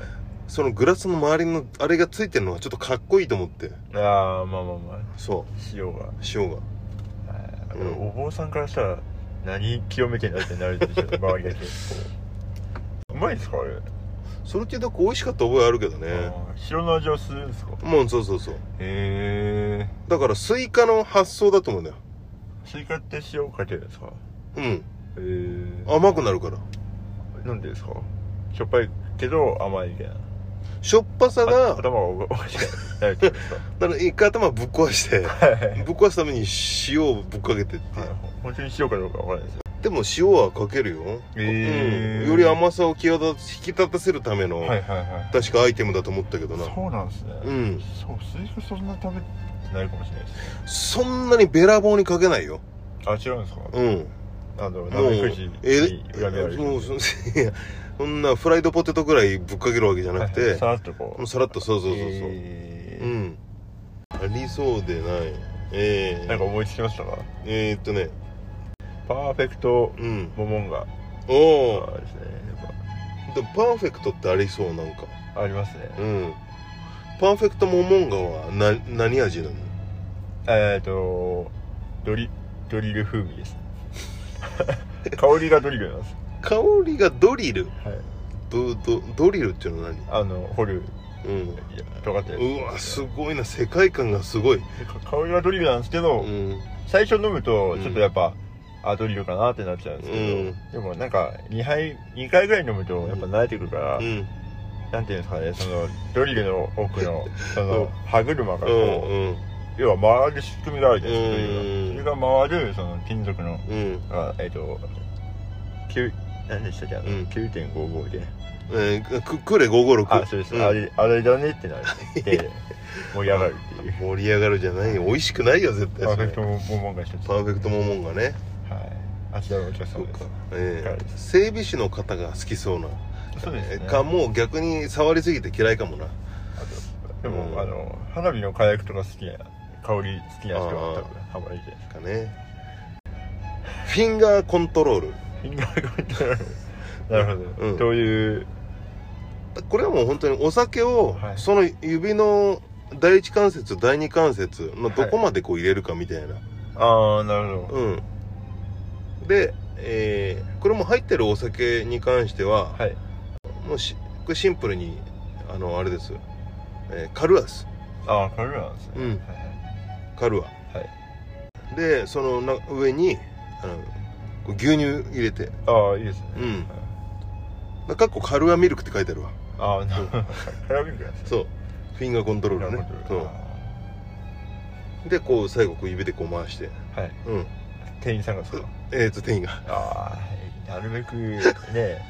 [SPEAKER 1] そのグラスの周りのあれがついてるのはちょっとかっこいいと思って
[SPEAKER 2] ああまあまあまあ
[SPEAKER 1] そ
[SPEAKER 2] 塩が
[SPEAKER 1] う塩が
[SPEAKER 2] あ
[SPEAKER 1] うん
[SPEAKER 2] のお坊さんからしたら何清めてんだってなるでしょ周りだけこううまいですかあれ、
[SPEAKER 1] ソルティドッグ美味しかった覚えあるけどね
[SPEAKER 2] あー白の味はするんですか
[SPEAKER 1] もうそうそうそう
[SPEAKER 2] へえ
[SPEAKER 1] だからスイカの発想だと思うんだよ
[SPEAKER 2] スイカって塩かけるんですか
[SPEAKER 1] うん
[SPEAKER 2] へえ
[SPEAKER 1] 甘くなるから
[SPEAKER 2] なんでですかしょっぱいけど甘いみたいな
[SPEAKER 1] しょっぱさ
[SPEAKER 2] あ
[SPEAKER 1] が
[SPEAKER 2] 頭がおかしくなるってことですか
[SPEAKER 1] だから一回頭ぶっ壊してぶっ壊すために塩をぶっかけてって、
[SPEAKER 2] はい本当に塩かどうかわからないですよ
[SPEAKER 1] でも塩はかけるよ、
[SPEAKER 2] へー
[SPEAKER 1] うん、より甘さを際立つ引き立たせるための、
[SPEAKER 2] はいは
[SPEAKER 1] 確かアイテムだと思ったけどな
[SPEAKER 2] そうなんですね
[SPEAKER 1] うん
[SPEAKER 2] そうスイカそんな食べてないかもしれないですね
[SPEAKER 1] そんなにべらぼうにかけないよ
[SPEAKER 2] あ違うんですか
[SPEAKER 1] うん
[SPEAKER 2] あの
[SPEAKER 1] もう
[SPEAKER 2] 鍋くじ
[SPEAKER 1] え
[SPEAKER 2] に裏目ある
[SPEAKER 1] もうそ <laughs> いやそんなフライドポテトぐらいぶっかけるわけじゃなくて、
[SPEAKER 2] さらっとこ
[SPEAKER 1] も
[SPEAKER 2] う
[SPEAKER 1] うさらっとそうそうそうそう、
[SPEAKER 2] え
[SPEAKER 1] う
[SPEAKER 2] ー
[SPEAKER 1] んありそうでないえー、
[SPEAKER 2] なんか思いつきましたか
[SPEAKER 1] えー、っとね
[SPEAKER 2] パーフェクト
[SPEAKER 1] うん
[SPEAKER 2] モモンガ
[SPEAKER 1] おお
[SPEAKER 2] ですねやっ
[SPEAKER 1] でもパーフェクトってありそうなんか
[SPEAKER 2] ぱありますね
[SPEAKER 1] うんパーフェクトモモンガはな何味なの
[SPEAKER 2] えっとドリドリル風味です <laughs> 香りがドリルなんです
[SPEAKER 1] 香りがドリル
[SPEAKER 2] はい
[SPEAKER 1] どどドリルっていうのは何
[SPEAKER 2] あの掘る
[SPEAKER 1] うん
[SPEAKER 2] いや尖ったやつ
[SPEAKER 1] うわすごいな世界観がすごい、
[SPEAKER 2] 香りがドリルなんですけど、
[SPEAKER 1] うん、
[SPEAKER 2] 最初飲むと
[SPEAKER 1] うん
[SPEAKER 2] ちょっとやっぱ、あドリルかなってなっちゃうんですけど、
[SPEAKER 1] うん
[SPEAKER 2] でもなんか2杯2回ぐらい飲むとやっぱ慣れてくるから、
[SPEAKER 1] うん
[SPEAKER 2] なんていうんですかねそのドリルの奥のそうの
[SPEAKER 1] ん
[SPEAKER 2] 歯車が
[SPEAKER 1] う
[SPEAKER 2] こう、
[SPEAKER 1] んうん
[SPEAKER 2] 要は回る仕組みがあるじゃないですか、
[SPEAKER 1] うん
[SPEAKER 2] ドリルがそれが回るその金属の
[SPEAKER 1] うん
[SPEAKER 2] あえっ、と9何でしたっけあ
[SPEAKER 1] う
[SPEAKER 2] の、
[SPEAKER 1] ん
[SPEAKER 2] 9.55で
[SPEAKER 1] えー、くクレ556
[SPEAKER 2] あそうです、
[SPEAKER 1] ん
[SPEAKER 2] あれあれだねってなって盛り上がるっていう
[SPEAKER 1] 盛り上がるじゃないよ美味しくないよ絶
[SPEAKER 2] パ
[SPEAKER 1] 対
[SPEAKER 2] ー
[SPEAKER 1] そ
[SPEAKER 2] フ
[SPEAKER 1] れ
[SPEAKER 2] ェクトモモンが一つ
[SPEAKER 1] パーフェクトモモンガね
[SPEAKER 2] はいあちらのお客様です
[SPEAKER 1] え
[SPEAKER 2] はい
[SPEAKER 1] ー、整備士の方が好きそうな
[SPEAKER 2] そうですね
[SPEAKER 1] かもう逆に触りすぎて嫌いかもな
[SPEAKER 2] でも、
[SPEAKER 1] うん
[SPEAKER 2] あの花火の火薬とか好きな香り好きな人は多分ハマりじゃないです
[SPEAKER 1] か
[SPEAKER 2] か
[SPEAKER 1] ねフィンガーコントロール
[SPEAKER 2] フィンガーコントロールなるほど、
[SPEAKER 1] うん
[SPEAKER 2] どういう
[SPEAKER 1] これはもう本当にお酒を、
[SPEAKER 2] はい
[SPEAKER 1] その指の第一関節第二関節のどこまでこう入れるかみたいな、
[SPEAKER 2] ああなるほど
[SPEAKER 1] うんで、えーこれも入ってるお酒に関しては、
[SPEAKER 2] はい
[SPEAKER 1] もうしこれシンプルにあのあれです、えーカルアス
[SPEAKER 2] ああ軽いなんですね、
[SPEAKER 1] うん
[SPEAKER 2] はい
[SPEAKER 1] カルア
[SPEAKER 2] はい、はい
[SPEAKER 1] でそのな上にあのこう牛乳入れて
[SPEAKER 2] ああいいですね、
[SPEAKER 1] うんかっこカルアミルクって書いてあるわ
[SPEAKER 2] ああなるほど <laughs> カラビングなんですね
[SPEAKER 1] そうフィンガーコントロールね
[SPEAKER 2] なるほ
[SPEAKER 1] そ
[SPEAKER 2] ど
[SPEAKER 1] うでこう最後こう指でこう回して
[SPEAKER 2] あーはい
[SPEAKER 1] うん
[SPEAKER 2] 店員さんがそう
[SPEAKER 1] えー、と店員が
[SPEAKER 2] ああなるべく <laughs> ね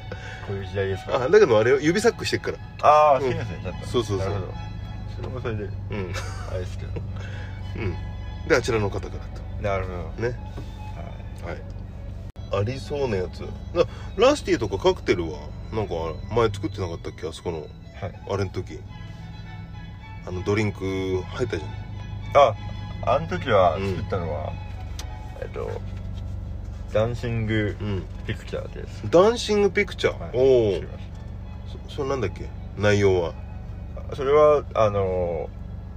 [SPEAKER 2] こういう時代ですから
[SPEAKER 1] あだけどあれよ指サックしてっから
[SPEAKER 2] ああ
[SPEAKER 1] うん
[SPEAKER 2] 好きなんですねちゃんと
[SPEAKER 1] そうそうそう
[SPEAKER 2] なるほどそれもそれで
[SPEAKER 1] うん
[SPEAKER 2] あれですけど
[SPEAKER 1] うんであちらの方からと
[SPEAKER 2] なるほど
[SPEAKER 1] ね
[SPEAKER 2] はい
[SPEAKER 1] はいありそうなやつなラスティとかカクテルはなんか前作ってなかったっけあそこの
[SPEAKER 2] はい、
[SPEAKER 1] あれの時あのドリンク入ったじゃん
[SPEAKER 2] ああの時は作ったのは、えっとダンシング
[SPEAKER 1] うん
[SPEAKER 2] ピクチャーです、
[SPEAKER 1] ダンシングピクチャー、
[SPEAKER 2] はい
[SPEAKER 1] お
[SPEAKER 2] 知りまし
[SPEAKER 1] おそそれなんだっけ内容は
[SPEAKER 2] たそれはあの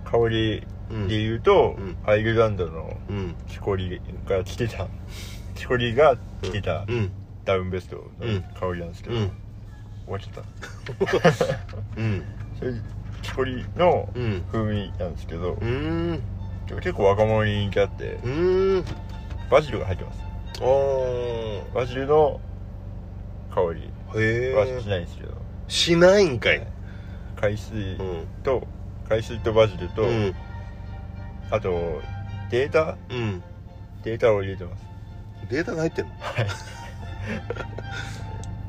[SPEAKER 2] 香り
[SPEAKER 1] うん
[SPEAKER 2] で言うと、
[SPEAKER 1] うん
[SPEAKER 2] アイルランドの
[SPEAKER 1] うん
[SPEAKER 2] 木こりが着てた木こりが着てた
[SPEAKER 1] うん
[SPEAKER 2] ダウンベストの
[SPEAKER 1] うん
[SPEAKER 2] 香りなんですけ
[SPEAKER 1] う
[SPEAKER 2] ど、
[SPEAKER 1] ん
[SPEAKER 2] 終わっちゃった
[SPEAKER 1] うん
[SPEAKER 2] それ木こりの
[SPEAKER 1] うん
[SPEAKER 2] 風味なんですけど
[SPEAKER 1] う、ーん
[SPEAKER 2] 結構若者に人気あって
[SPEAKER 1] うーん
[SPEAKER 2] バジルが入ってます
[SPEAKER 1] あー
[SPEAKER 2] バジルの香り
[SPEAKER 1] へ
[SPEAKER 2] はし
[SPEAKER 1] え
[SPEAKER 2] ないんですけど、
[SPEAKER 1] しないんかい、
[SPEAKER 2] 海水
[SPEAKER 1] うん
[SPEAKER 2] と海水とバジルと、
[SPEAKER 1] うん
[SPEAKER 2] あとデータ
[SPEAKER 1] うん
[SPEAKER 2] データを入れてます
[SPEAKER 1] データが入ってんの
[SPEAKER 2] はい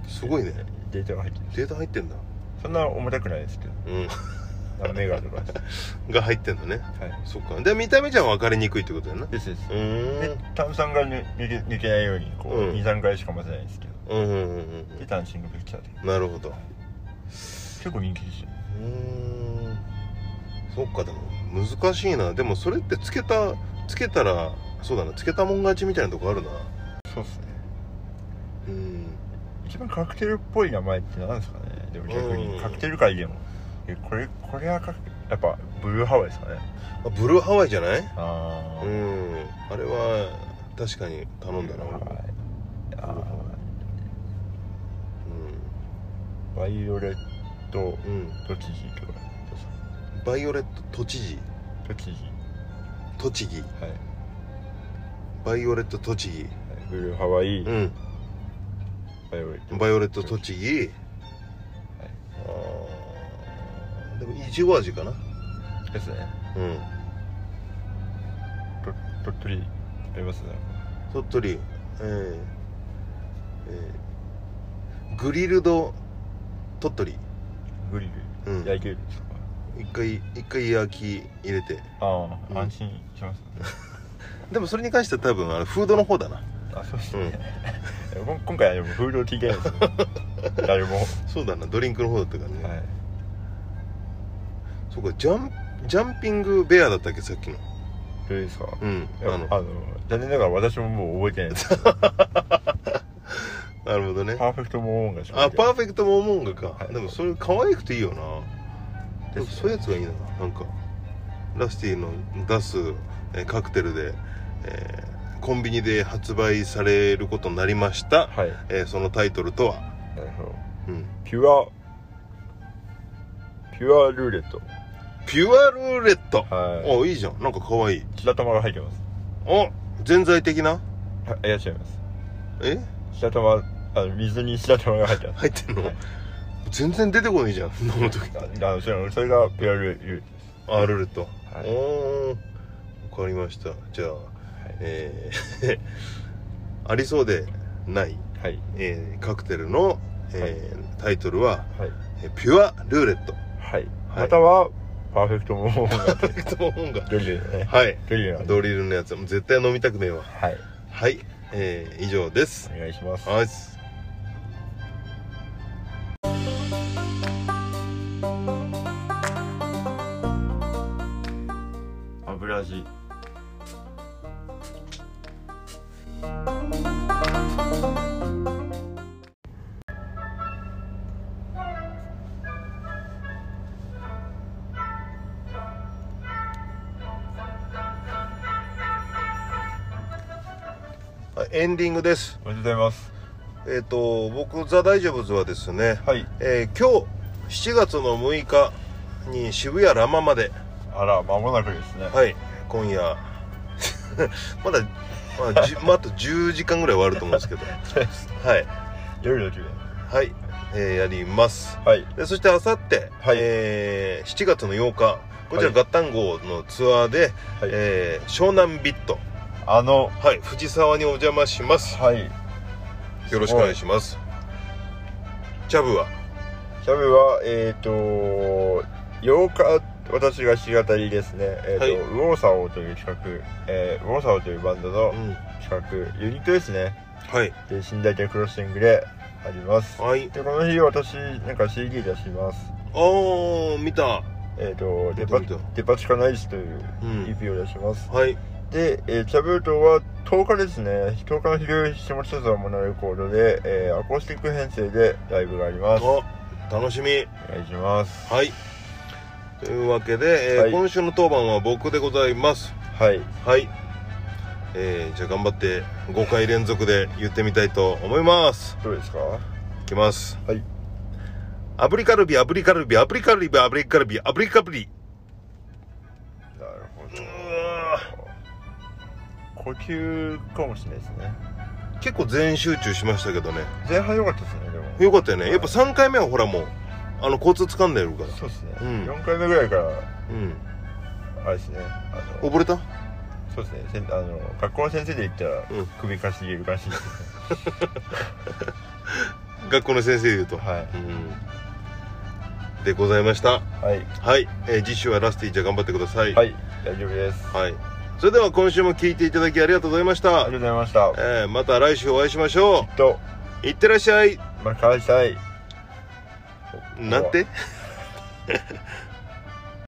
[SPEAKER 1] すごいね
[SPEAKER 2] データが入ってます
[SPEAKER 1] データ入ってんだ
[SPEAKER 2] そんな重たくないですけど
[SPEAKER 1] う
[SPEAKER 2] 何メガとかです
[SPEAKER 1] ん <laughs> が入ってんのね
[SPEAKER 2] はい
[SPEAKER 1] そっかで見た目じゃ分かりにくいってことだよな
[SPEAKER 2] ですです
[SPEAKER 1] うー
[SPEAKER 2] で
[SPEAKER 1] ん
[SPEAKER 2] 炭酸が抜抜け抜けないようにこう、
[SPEAKER 1] うん
[SPEAKER 2] 23回しか混ぜないんですけど
[SPEAKER 1] うんうんうんうん
[SPEAKER 2] でダンシングピクチャーで
[SPEAKER 1] なるほどう
[SPEAKER 2] 結構人気ですよ
[SPEAKER 1] ーんそっかでも難しいなでもそれってつけたつけたらそうだなつけたもん勝ちみたいなとこあるな
[SPEAKER 2] そうっすね
[SPEAKER 1] うん
[SPEAKER 2] 一番カクテルっぽい名前って何ですかねでも逆
[SPEAKER 1] う
[SPEAKER 2] に
[SPEAKER 1] ん
[SPEAKER 2] カクテル界でもえこれこれはカクやっぱブルーハワイですかね
[SPEAKER 1] あブルーハワイじゃない
[SPEAKER 2] ああ
[SPEAKER 1] うんあれは確かに頼んだな俺も
[SPEAKER 2] はいあ
[SPEAKER 1] う
[SPEAKER 2] ーバイオレット
[SPEAKER 1] ん、うん、
[SPEAKER 2] 都知事とか
[SPEAKER 1] バイオレット都知事
[SPEAKER 2] 都知事
[SPEAKER 1] 栃木
[SPEAKER 2] はい、はい
[SPEAKER 1] バイオレット栃木
[SPEAKER 2] ブルーハワイ
[SPEAKER 1] うん
[SPEAKER 2] バイオレット
[SPEAKER 1] バイオレット栃木、あーでもいちご味かな
[SPEAKER 2] ですね
[SPEAKER 1] うん
[SPEAKER 2] と鳥取ありますね
[SPEAKER 1] 鳥取えーえーグリルド鳥取
[SPEAKER 2] グリル、
[SPEAKER 1] うん
[SPEAKER 2] 焼いてるんですか
[SPEAKER 1] 一回一回焼き入れて
[SPEAKER 2] ああ、
[SPEAKER 1] うん
[SPEAKER 2] 安心しますね
[SPEAKER 1] でもそれに関しては多分あのフードの方だな
[SPEAKER 2] あそうですね、こん今回はでもフードを聞いてないですね
[SPEAKER 1] <laughs>
[SPEAKER 2] 誰も、は
[SPEAKER 1] そうだなドリンクの方だったからね、
[SPEAKER 2] い、
[SPEAKER 1] そうかジャンジャンピングベアだったっけさっきの
[SPEAKER 2] どうですか
[SPEAKER 1] うん
[SPEAKER 2] いや
[SPEAKER 1] あ
[SPEAKER 2] あの
[SPEAKER 1] の
[SPEAKER 2] 残念ながら私ももう覚えて
[SPEAKER 1] <laughs>
[SPEAKER 2] ないです
[SPEAKER 1] なるほどね
[SPEAKER 2] パーフェクトモーンがしか
[SPEAKER 1] あ
[SPEAKER 2] 覚えてない
[SPEAKER 1] パーフェクトモモンガか、
[SPEAKER 2] はい
[SPEAKER 1] でもそれ可愛くていいよな
[SPEAKER 2] ですね
[SPEAKER 1] そういうやつがいいななんかラスティの出すえーカクテルで、えーコンビニで発売されることになりました、
[SPEAKER 2] はい
[SPEAKER 1] えーそのタイトルとは、
[SPEAKER 2] なるほど
[SPEAKER 1] うん、
[SPEAKER 2] ピュアピュアルーレット
[SPEAKER 1] ピュアルーレット
[SPEAKER 2] は
[SPEAKER 1] おいいじゃんなんか可愛い
[SPEAKER 2] い白玉が入ってます
[SPEAKER 1] お全体的な
[SPEAKER 2] はいいらっしゃいます
[SPEAKER 1] え
[SPEAKER 2] 白玉あの水に白玉が入ってます
[SPEAKER 1] 入ってんの、
[SPEAKER 2] はい
[SPEAKER 1] 全然出てこないじゃん飲む時
[SPEAKER 2] あのそれそれがピュアルーレットです
[SPEAKER 1] あルーレット、
[SPEAKER 2] はい
[SPEAKER 1] おーわかりましたじゃあ
[SPEAKER 2] はい
[SPEAKER 1] えー <laughs> ありそうでない、
[SPEAKER 2] はい
[SPEAKER 1] えーカクテルの、えータイトルは、
[SPEAKER 2] はい、
[SPEAKER 1] えーピュアルーレッ <laughs> ト。
[SPEAKER 2] はい
[SPEAKER 1] はい
[SPEAKER 2] またはパーフェクトモーン
[SPEAKER 1] パ
[SPEAKER 2] が
[SPEAKER 1] ーフェクトモンガ
[SPEAKER 2] ドリルですね <laughs>
[SPEAKER 1] はい。
[SPEAKER 2] ドリルなんで
[SPEAKER 1] ドリルのやつ、もう絶対飲みたくねえわ。
[SPEAKER 2] はい
[SPEAKER 1] はい。えー以上です。
[SPEAKER 2] お願いします
[SPEAKER 1] はい。
[SPEAKER 2] 油味
[SPEAKER 1] あエンディングです。
[SPEAKER 2] おめでとうございます
[SPEAKER 1] えっ、と、僕、ザ・大丈夫ズはですね、
[SPEAKER 2] はい
[SPEAKER 1] えー今日、7月の6日に渋谷ラマまで、
[SPEAKER 2] あら間もなくですね
[SPEAKER 1] はい、今夜、 <laughs> まだ、まあ、じまあ、あと10時間ぐらいはあると思うんですけ
[SPEAKER 2] <laughs>
[SPEAKER 1] ど、はい。
[SPEAKER 2] 夜の時
[SPEAKER 1] はい、えーやります
[SPEAKER 2] はい
[SPEAKER 1] でそしてあさって
[SPEAKER 2] はい
[SPEAKER 1] えー7月の8日こちら
[SPEAKER 2] はい
[SPEAKER 1] ガッタン号のツアーで、
[SPEAKER 2] はい
[SPEAKER 1] えー湘南ビット
[SPEAKER 2] あの
[SPEAKER 1] はい藤沢にお邪魔します
[SPEAKER 2] はい
[SPEAKER 1] よろしくお願いしますチャブは
[SPEAKER 2] キャブはえっ、ー、と8日私が弾き語りですね、えーと
[SPEAKER 1] はい
[SPEAKER 2] ウォーサオという企画、えーウォーサオというバンドの
[SPEAKER 1] うん
[SPEAKER 2] 企画、ユニットですね
[SPEAKER 1] はい
[SPEAKER 2] で新大体クロッシングであります
[SPEAKER 1] はい
[SPEAKER 2] でこの日私なんか CD 出します
[SPEAKER 1] ああ見た
[SPEAKER 2] えっ、とデ
[SPEAKER 1] 見
[SPEAKER 2] パ
[SPEAKER 1] た見た
[SPEAKER 2] デパ地下ナイスという
[SPEAKER 1] うん
[SPEAKER 2] EP を出します、
[SPEAKER 1] はい
[SPEAKER 2] で、えーキャブートは10日ですね10日の昼下北沢モノレコードで、えーアコースティック編成でライブがありますお
[SPEAKER 1] お楽しみ
[SPEAKER 2] 願いします
[SPEAKER 1] はいというわけで、えー
[SPEAKER 2] はい
[SPEAKER 1] 今週の当番は僕でございます
[SPEAKER 2] はい
[SPEAKER 1] はい、えーじゃあ頑張って5回連続で言ってみたいと思います
[SPEAKER 2] どうですか
[SPEAKER 1] いきます
[SPEAKER 2] はい
[SPEAKER 1] 炙りカルビ炙りカルビ炙りカルビ炙りカルビ炙りカルビ
[SPEAKER 2] なるほ
[SPEAKER 1] う
[SPEAKER 2] ど呼吸かもしれないですね
[SPEAKER 1] ー結構全集中しましたけどね
[SPEAKER 2] 前半良かったですねでも
[SPEAKER 1] よかったよねやっぱ3回目はほらもうあの交通掴んでるから
[SPEAKER 2] そうですね、
[SPEAKER 1] うん
[SPEAKER 2] 4回目ぐらいから
[SPEAKER 1] うん
[SPEAKER 2] あれですねあの
[SPEAKER 1] 溺れた
[SPEAKER 2] そうですねせんあの学校の先生で言ったら、
[SPEAKER 1] うん
[SPEAKER 2] 首かしげるらしいです
[SPEAKER 1] 学校の先生で言うと、
[SPEAKER 2] は
[SPEAKER 1] う
[SPEAKER 2] い
[SPEAKER 1] んでございました
[SPEAKER 2] はい
[SPEAKER 1] はい、えー次週はラスティじゃあ頑張ってください
[SPEAKER 2] はい大丈夫ですあ
[SPEAKER 1] はいそれでは今週も聞いていただきありがとうございまし
[SPEAKER 2] り
[SPEAKER 1] た
[SPEAKER 2] がとうございました
[SPEAKER 1] えーまた来週お会いしましょ
[SPEAKER 2] と
[SPEAKER 1] ういってらっしゃい
[SPEAKER 2] まあ開催
[SPEAKER 1] なんて